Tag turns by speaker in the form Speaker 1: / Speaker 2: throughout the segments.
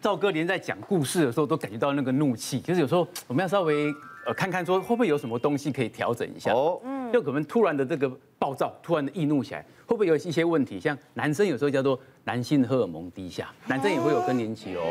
Speaker 1: 赵哥连在讲故事的时候都感觉到那个怒气，就是有时候我们要稍微呃看看说会不会有什么东西可以调整一下。
Speaker 2: 哦
Speaker 1: 哦，嗯，就可能突然的这个暴躁，突然的易怒起来，会不会有一些问题？像男生有时候叫做男性荷尔蒙低下，男生也会有更年期哦。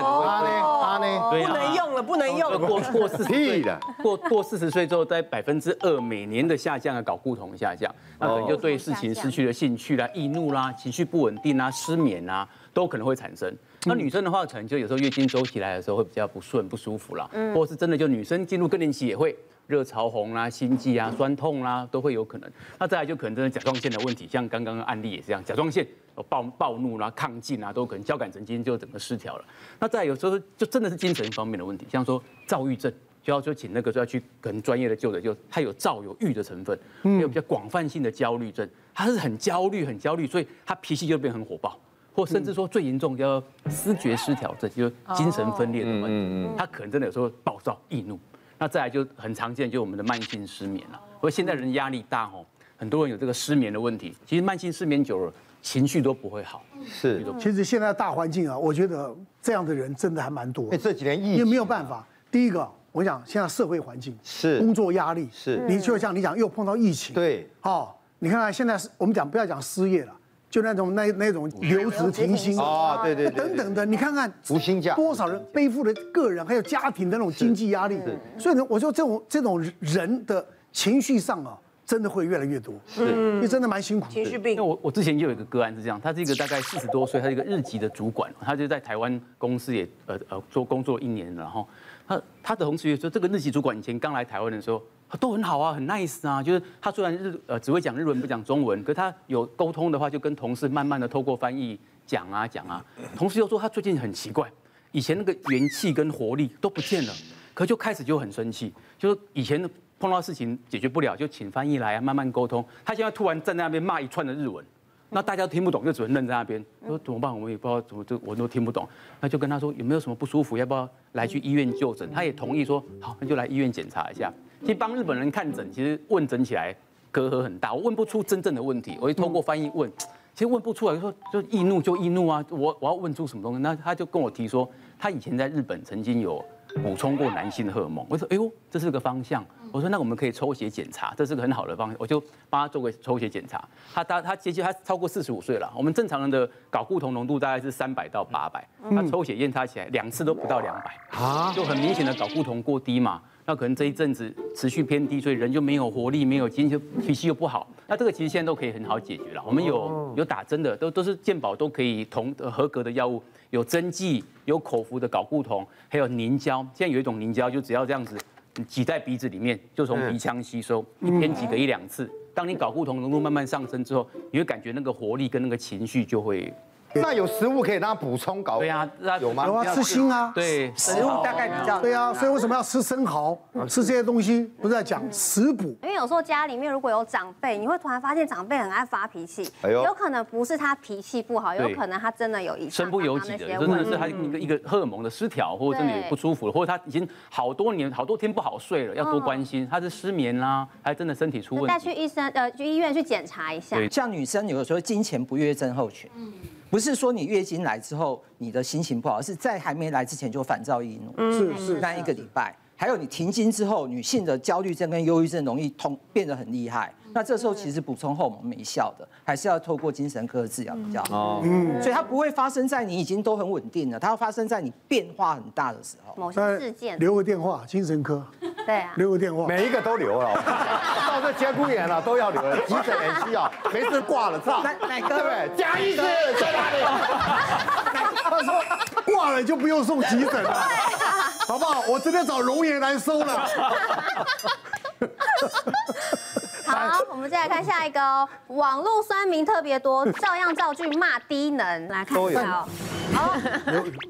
Speaker 2: 他呢，他呢，
Speaker 1: 对啊哦
Speaker 3: 不能用了，不能用了。
Speaker 1: 过过四十
Speaker 2: 屁
Speaker 1: 岁
Speaker 2: 的，
Speaker 1: 过过四十岁之后，在百分之二每年的下降啊，睾固酮下降，那可能就对事情失去了兴趣啦、易怒啦、情绪不稳定啦、失眠啦，都可能会产生。那女生的话，可能就有时候月经周期来的时候会比较不顺、不舒服啦，或者是真的就女生进入更年期也会。热潮红啦、心悸啊、酸痛啦、都会有可能。那再来就可能真的甲状腺的问题，像刚刚的案例也是这样，甲状腺有暴暴怒啦、亢进啊，都可能交感神经就整个失调了。那再来有时候就真的是精神方面的问题，像说躁郁症，就要就请那个就要去跟专业的就诊，就它有躁有郁的成分，有比较广泛性的焦虑症，他是很焦虑很焦虑，所以他脾气就变很火爆，或甚至说最严重叫思觉失调症，就是精神分裂的问题，他可能真的有时候暴躁易怒。那再来就很常见，就我们的慢性失眠了。不过现在人压力大哦，很多人有这个失眠的问题。其实慢性失眠久了，情绪都不会好。
Speaker 2: 是，
Speaker 4: 其实现在大环境啊，我觉得这样的人真的还蛮多
Speaker 2: 哎，
Speaker 4: 的。
Speaker 2: 这几年疫
Speaker 4: 也
Speaker 2: 情
Speaker 4: 没有办法。第一个，我想现在社会环境
Speaker 2: 是
Speaker 4: 工作压力
Speaker 2: 是
Speaker 4: 你就像你讲又碰到疫情，
Speaker 2: 对，
Speaker 4: 哦，你看看现在是我们讲不要讲失业了，就那种那那种留职停薪
Speaker 2: 嗯哦，对对对，
Speaker 4: 等等
Speaker 2: 的，
Speaker 4: 的，你看看
Speaker 2: 无薪假
Speaker 4: 多少人背负了个人还有家庭的那种经济压力，所以呢，我说这种这种人的情绪上啊，真的会越来越多，
Speaker 2: 是
Speaker 4: 因为真的蛮辛苦的。
Speaker 3: 情绪
Speaker 1: 因为
Speaker 3: 病，
Speaker 1: 我我之前就有一个个案是这样，他是一个大概四十多岁，他是一个日籍的主管，他就在台湾公司也呃呃做工作一年了，然后他他的同事也说，这个日籍主管以前刚来台湾的时候。他都很好啊，很 nice 啊，就是他虽然日呃只会讲日文不讲中文，可是他有沟通的话，就跟同事慢慢的透过翻译讲啊讲啊。同事又说他最近很奇怪，以前那个元气跟活力都不见了，可就开始就很生气，就是以前碰到事情解决不了，就请翻译来啊，慢慢沟通。他现在突然站在那边骂一串的日文，那大家都听不懂，就只能愣在那边。说怎么办？我们也不知道怎么，就我都听不懂。那就跟他说有没有什么不舒服，要不要来去医院就诊？他也同意说好，那就来医院检查一下。其实帮日本人看诊，其实问诊起来隔阂很大，我问不出真正的问题，我就通过翻译问。其实问不出来，就说就易怒就易怒啊，我我要问出什么东西？那他就跟我提说，他以前在日本曾经有补充过男性荷尔蒙。我说，哎呦，这是个方向。我说，那我们可以抽血检查，这是个很好的方向。我就帮他做个抽血检查。他他他接近他超过四十五岁了，我们正常人的睾固酮浓度大概是三百到八百，他抽血验查起来两次都不到两百。就很明显的睾固酮过低嘛。那可能这一阵子持续偏低，所以人就没有活力，没有精神，脾气又不好。那这个其实现在都可以很好解决了。我们有有打针的，都都是健保都可以同呃合格的药物，有针剂，有口服的睾固酮，还有凝胶。现在有一种凝胶，就只要这样子挤在鼻子里面，就从鼻腔吸收，一天挤个一两次。当你睾固酮浓度慢慢上升之后，你会感觉那个活力跟那个情绪就会
Speaker 2: 那有食物可以让他补充搞，
Speaker 1: 对啊那
Speaker 2: 有吗？
Speaker 4: 有啊，吃锌啊，
Speaker 1: 对
Speaker 3: 食物大概比较
Speaker 4: 对啊，所以为什么要吃生蚝？吃这些东西不是在讲食补，
Speaker 5: 因为有时候家里面如果有长辈，你会突然发现长辈很爱发脾气，
Speaker 2: 哎呦
Speaker 5: 有可能不是他脾气不好，有
Speaker 1: 对
Speaker 5: 可能他真的有以上
Speaker 1: 身不由己
Speaker 5: 刚
Speaker 1: 的，
Speaker 5: 刚那
Speaker 1: 真的
Speaker 5: 些问题嗯
Speaker 1: 是他一个一个荷尔蒙的失调，或者真的有不舒服了，或者他已经好多年好多天不好睡了，要多关
Speaker 5: 嗯
Speaker 1: 心。他是失眠啦，还真的身体出
Speaker 5: 就
Speaker 1: 问
Speaker 5: 带
Speaker 1: 题
Speaker 5: 去。医生呃去医院去检查一下。
Speaker 1: 对
Speaker 6: 像女生有时候经前不悦症候群，不是说你月经来之后你的心情不好，而是在还没来之前就烦躁易怒，
Speaker 4: 是是啊
Speaker 6: 那一个礼拜。还有你停经之后，女性的焦虑症跟忧郁症容易通变得很厉害。那这时候其实补充荷尔蒙没效的，还是要透过精神科的治疗比较好。
Speaker 4: 哦
Speaker 6: 嗯，所以它不会发生在你已经都很稳定了，它会发生在你变化很大的时候。
Speaker 5: 某些事件，
Speaker 4: 留个电话，精神科
Speaker 5: 对啊，
Speaker 4: 留个电话。
Speaker 2: 每一个都留了，到这节骨眼了都要留了，急诊也需要，没事挂了照，
Speaker 6: 哪哪个
Speaker 2: 对不对？贾医师在哪里？
Speaker 4: 他说挂了就不用送急诊了，好不好？我直接找容爷来收了。
Speaker 5: 好，我们再来看下一个哦。网络酸民特别多，照样造句骂低能，来看一下哦。好，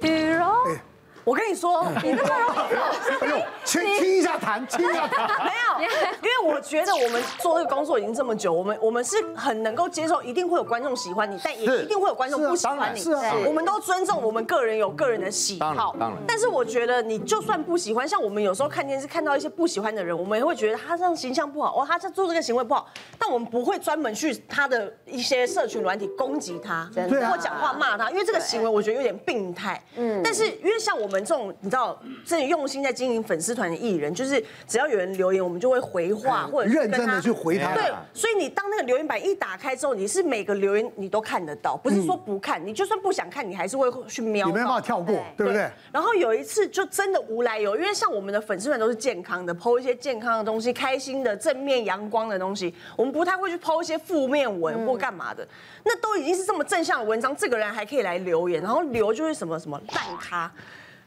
Speaker 5: 比如
Speaker 3: 哎我跟你说，你这个
Speaker 4: 哎呦，轻轻一下痰，轻一下痰。
Speaker 3: 没有，有，因为我觉得我们做这个工作已经这么久，我们我们是很能够接受，一定会有观众喜欢你，但也
Speaker 2: 是
Speaker 3: 一定会有观众不喜欢你。
Speaker 4: 是啊当然
Speaker 5: 是啊
Speaker 3: 我们都尊重我们个人有个人的喜
Speaker 2: 当
Speaker 3: 好
Speaker 2: 然，当然
Speaker 3: 但是我觉得你就算不喜欢，像我们有时候看电视看到一些不喜欢的人，我们也会觉得他这样形象不好，哦，他这做这个行为不好，但我们不会专门去他的一些社群软体攻击他，
Speaker 5: 真
Speaker 4: 的
Speaker 3: 或讲话骂他，因为这个行为我觉得有点病态。嗯，但是因为像我们这种你知道真的用心在经营粉丝团的艺人，就是只要有人留言，我们就会回话或者是
Speaker 4: 嗯认
Speaker 3: 跟
Speaker 4: 真
Speaker 3: 他
Speaker 4: 的去回他。
Speaker 3: 对，所以你当那个留言板一打开之后，你是每个留言你都看得到，不是说不看，你就算不想看，你还是会去瞄
Speaker 4: 嗯你
Speaker 3: 到。
Speaker 4: 没办法跳过，对不对？
Speaker 3: 然后有一次就真的无来由，因为像我们的粉丝团都是健康的，PO 一些健康的东西、开心的、正面阳光的东西，我们不太会去 PO 一些负面
Speaker 4: 嗯
Speaker 3: 文或干嘛的。那都已经是这么正向的文章，这个人还可以来留言，然后留就是什么什么烂咖。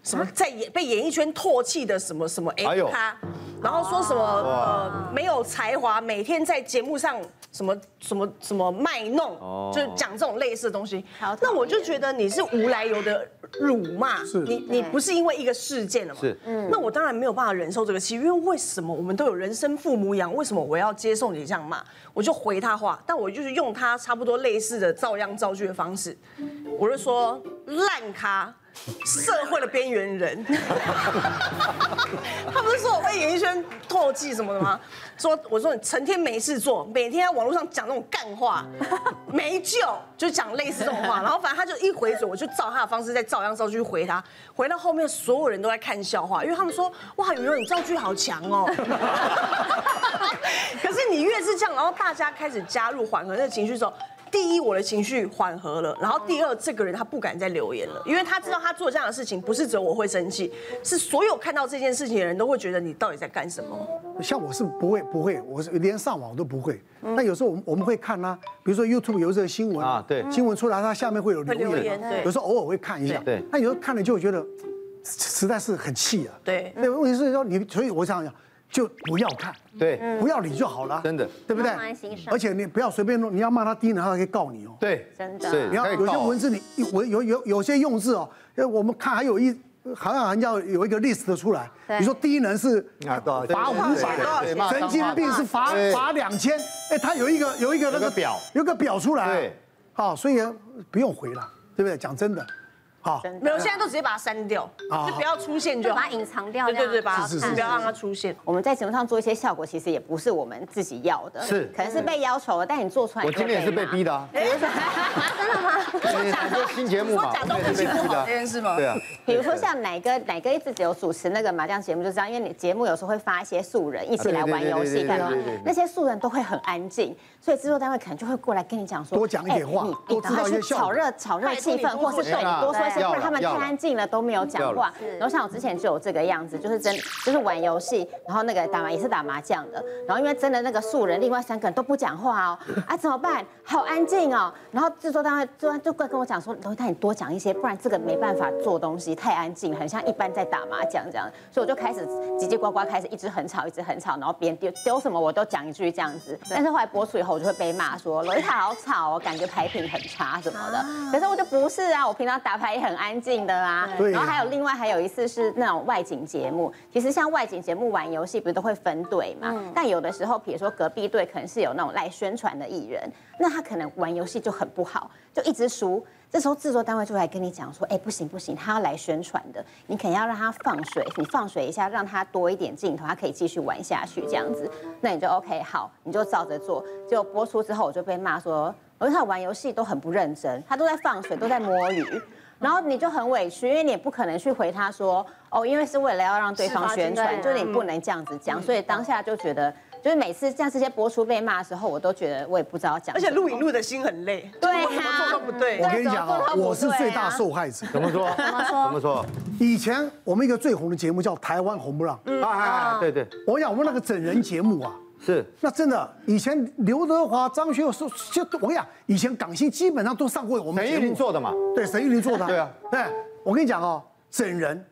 Speaker 3: 什
Speaker 4: 啊
Speaker 3: 么在演被演艺圈唾弃的什么什么 A
Speaker 2: 哎呦
Speaker 3: 咖，然后说什么呃没有才华，每天在节目上什么什么什么卖弄，
Speaker 2: 哦
Speaker 3: 就是讲这种类似的东西
Speaker 5: 好讨厌。
Speaker 3: 那我就觉得你是无来由的辱骂，你你不是因为一个事件了嘛？
Speaker 2: 是
Speaker 5: 嗯
Speaker 3: 那我当然没有办法忍受这个气，因为为什么我们都有人生父母养，为什么我要接受你这样骂？我就回他话，但我就是用他差不多类似的照样造句的方式，我就说烂咖。社会的边缘人， 他不是说我被演艺圈唾弃什么的吗？说我说你成天没事做，每天在网络上讲那种干话， 没救，就讲类似这种话。然后反正他就一回嘴，我就照他的方式再照样造句回他。回到后面，所有人都在看笑话，因为他们说哇，雨柔你造句好强哦。 可是你越是这样，然后大家开始加入缓和那个情绪之后。第一，我的情绪缓和了，然后第二，这个人他不敢再留言了，因为他知道他做这样的事情不是只有我会生气，是所有看到这件事情的人都会觉得你到底在干什么。
Speaker 4: 像我是不会不会，我是连上网我都不会。那有时候我们我们会看啦、比如说 YouTube 有这个新闻
Speaker 2: 啊对
Speaker 4: 新闻出来它下面会有留
Speaker 3: 会留
Speaker 4: 言
Speaker 3: 言
Speaker 4: 啊，
Speaker 3: 对
Speaker 4: 有时候偶尔会看一下。
Speaker 2: 对对
Speaker 4: 那有时候看了就会觉得实实在是很气啊。
Speaker 3: 对
Speaker 4: 那问题是说你，所以我想想，就不要看。
Speaker 2: 对
Speaker 4: 不要理就好了，
Speaker 2: 真的
Speaker 4: 对不对
Speaker 5: 慢慢欣？赏
Speaker 4: 而且你不要随便弄，你要骂他低能，他可以告你哦。
Speaker 2: 对，
Speaker 5: 真的
Speaker 2: 是
Speaker 4: 你要
Speaker 2: 可以啊
Speaker 4: 有些
Speaker 2: 搞
Speaker 4: 文字你一文有有有些用字哦，呃我们看还有一好像人家有一个 list 的出来，
Speaker 5: 对
Speaker 4: 你说低能是
Speaker 2: 啊多少钱
Speaker 4: 罚五
Speaker 2: 对对对骂脏
Speaker 4: 百，神
Speaker 2: 话
Speaker 4: 经病是罚
Speaker 2: 对
Speaker 4: 罚两千，哎，他有一个有一个那
Speaker 2: 有
Speaker 4: 个
Speaker 2: 个表
Speaker 4: 有个表出来啊，
Speaker 2: 对
Speaker 4: 好，所以不用回了，对不对？讲真的，好，
Speaker 3: 没有，现在都直接把它删掉，
Speaker 2: 哦
Speaker 4: 啊
Speaker 3: 就不要出现
Speaker 5: 就
Speaker 3: 就
Speaker 5: 把
Speaker 3: 好
Speaker 5: 它。隐藏掉，
Speaker 3: 对对对，把它
Speaker 5: 这样
Speaker 3: 不要让它出现。
Speaker 7: 我们在节目上做一些效果，其实也不是我们自己要的，
Speaker 2: 是
Speaker 7: 可能是被要求的，但你做出来，
Speaker 2: 我今天也是被逼
Speaker 7: 的。
Speaker 2: 的啊，真的吗？说新节目嘛，
Speaker 3: 说假装
Speaker 2: 我也是被逼的啊
Speaker 3: 这，件事吗？
Speaker 2: 对啊，
Speaker 7: 比如说像奶哥，奶哥一直只有主持那个麻将节目，就这样，因为你节目有时候会发一些素人一起来玩游戏干嘛
Speaker 2: 啊对对对对对对，
Speaker 7: 那些素人都会很安静，所以制作单位可能就会过来跟你讲说，
Speaker 4: 多讲一点话
Speaker 7: 哎
Speaker 4: 多
Speaker 7: 你
Speaker 4: 制造一些
Speaker 7: 你赶快去
Speaker 4: 效果
Speaker 7: 炒热炒热气氛，或是对你多说一些，
Speaker 2: 要了
Speaker 7: 不然他们太
Speaker 2: 哎要了
Speaker 7: 安静了都没有讲话
Speaker 5: 要了。
Speaker 7: 然后像我之前就有这个样子，就是真就是玩游戏，然后那个打麻也是打麻将的，然后因为真的那个素人另外三个人都不讲话哦，啊怎么办？好安静哦。然后制作单位就就过来跟我讲说，罗那你多讲一些，不然这个没办法做东西，太安静了，很像一般在打麻将这样。所以我就开始叽叽呱呱，开始一直很吵，一直很吵，然后别人丢丢什么我都讲一句这样子。但是后来播出以后，我就会被骂说罗伊塔好吵哦，感觉牌品很差什么的。可是我就不是啊，我平常打牌也很安静的啊。
Speaker 4: 对
Speaker 7: 然后还有另外还有一次是那种外景节目，其实像外景节目玩游戏不是都会分队嘛？但有的时候，比如说隔壁队可能是有那种来宣传的艺人，那他可能玩游戏就很不好，就一直输。这时候制作单位就来跟你讲说，哎，不行不行，他要来宣传的，你可能要让他放水，你放水一下，让他多一点镜头，他可以继续玩下去这样子。那你就 OK 好，你就照着做。结果播出之后，我就被骂说，我说他玩游戏都很不认真，他都在放水，都在摸鱼。然后你就很委屈，因为你也不可能去回他说哦，因为是为了要让对方宣
Speaker 5: 是吧
Speaker 7: 传，
Speaker 5: 对
Speaker 7: 就
Speaker 5: 啊
Speaker 7: 你不能这样子讲，所以当下就觉得，就是每次像这些播出被骂的时候，我都觉得我也不知道讲
Speaker 3: 而
Speaker 7: 什么，
Speaker 3: 且录影录的心很累，
Speaker 7: 对啊
Speaker 3: 怎么做都不对
Speaker 4: 我。跟你讲
Speaker 7: 对走
Speaker 4: 啊，
Speaker 7: 错路
Speaker 4: 我是
Speaker 7: 对啊
Speaker 4: 最大受害者。
Speaker 2: 怎么说？怎么说？怎么说？
Speaker 4: 以前我们一个最红的节目叫《台湾红不让》，
Speaker 2: 啊啊，啊对对，
Speaker 4: 我讲我们那个整人节目啊，
Speaker 2: 是
Speaker 4: 那真的，以前刘德华、张学友说，就我跟你讲，以前港星基本上都上过我们
Speaker 2: 沈
Speaker 4: 节
Speaker 2: 玉
Speaker 4: 目
Speaker 2: 琳，做的嘛，
Speaker 4: 对，沈玉琳做的，
Speaker 2: 对啊，
Speaker 4: 对，我跟你讲哦，整人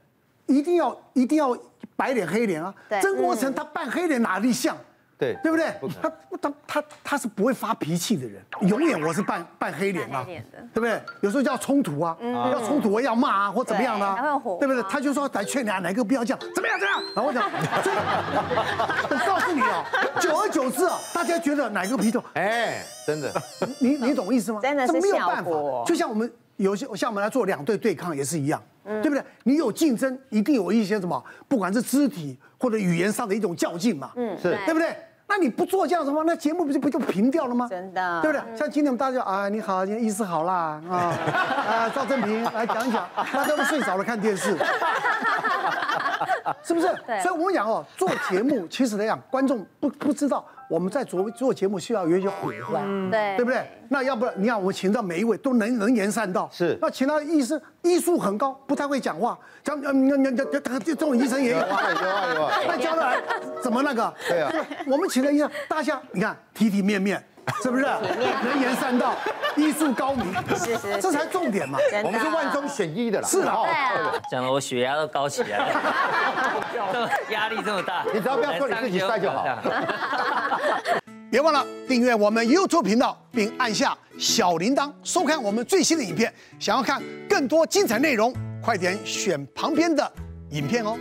Speaker 4: 一定要一定要白脸黑脸啊，
Speaker 5: 对
Speaker 4: 曾国成他扮黑脸哪里像？
Speaker 2: 对
Speaker 4: 对不对
Speaker 2: 不可？能
Speaker 4: 他他他他是不会发脾气的人，永远我是扮扮黑脸啊
Speaker 5: 扮黑脸的，
Speaker 4: 对不对？有时候就要冲突啊，要冲突我要骂啊，或怎么样
Speaker 5: 对还会
Speaker 4: 啊
Speaker 5: 火，
Speaker 4: 对不对
Speaker 5: 啊？
Speaker 4: 他就说来劝你啊，哪个不要这样，怎么样怎么样？然后我讲，所以我告诉你哦，久而久之啊，大家觉得哪个皮头
Speaker 2: 哎，真的，
Speaker 4: 你你懂意思吗？
Speaker 7: 真的是
Speaker 4: 这没有办
Speaker 7: 效
Speaker 4: 法
Speaker 7: 果。
Speaker 4: 就像我们有些像我们来做两队对抗也是一样，对不对？你有竞争，一定有一些什么，不管是肢体或者语言上的一种较劲嘛，嗯，
Speaker 2: 是
Speaker 4: 对不对？那你不做这样子的话，那节目不就不就平掉了吗？
Speaker 7: 真的嗯
Speaker 4: 对不对？像今天我们大家就啊，你好，今天医师好啦 啊，啊，赵正平来讲一讲，大家都睡着了看电视， 是不是？
Speaker 5: 对
Speaker 4: 所以我们讲哦，做节目其实来讲，观众不不知道我们在做做节目需要有一些火花，
Speaker 7: 嗯
Speaker 2: 嗯
Speaker 5: 对
Speaker 4: 对不对？那要不然你看，我们请到每一位都能能言善道，
Speaker 2: 是
Speaker 4: 那请到医生医术很高，不太会讲话，讲嗯嗯嗯嗯嗯这种医生也有
Speaker 2: 有
Speaker 4: 啊。
Speaker 2: 啊有啊有啊，
Speaker 4: 那将来怎么那个？
Speaker 2: 对啊，
Speaker 4: 我们请了医生，大家你看体体面面，是不是？能言善道，医术高明，
Speaker 7: 是是
Speaker 4: 这才重点嘛。
Speaker 7: 真的
Speaker 2: 我们是万中选一的啦。
Speaker 4: 是啦
Speaker 2: 哦
Speaker 5: 对啊，
Speaker 8: 讲的我血压都高起来了， 这么压力这么大，
Speaker 2: 你只要不要说你自己帅就好
Speaker 4: 别忘了订阅我们 YouTube 频道，并按下小铃铛，收看我们最新的影片。想要看更多精彩内容，快点选旁边的影片哦。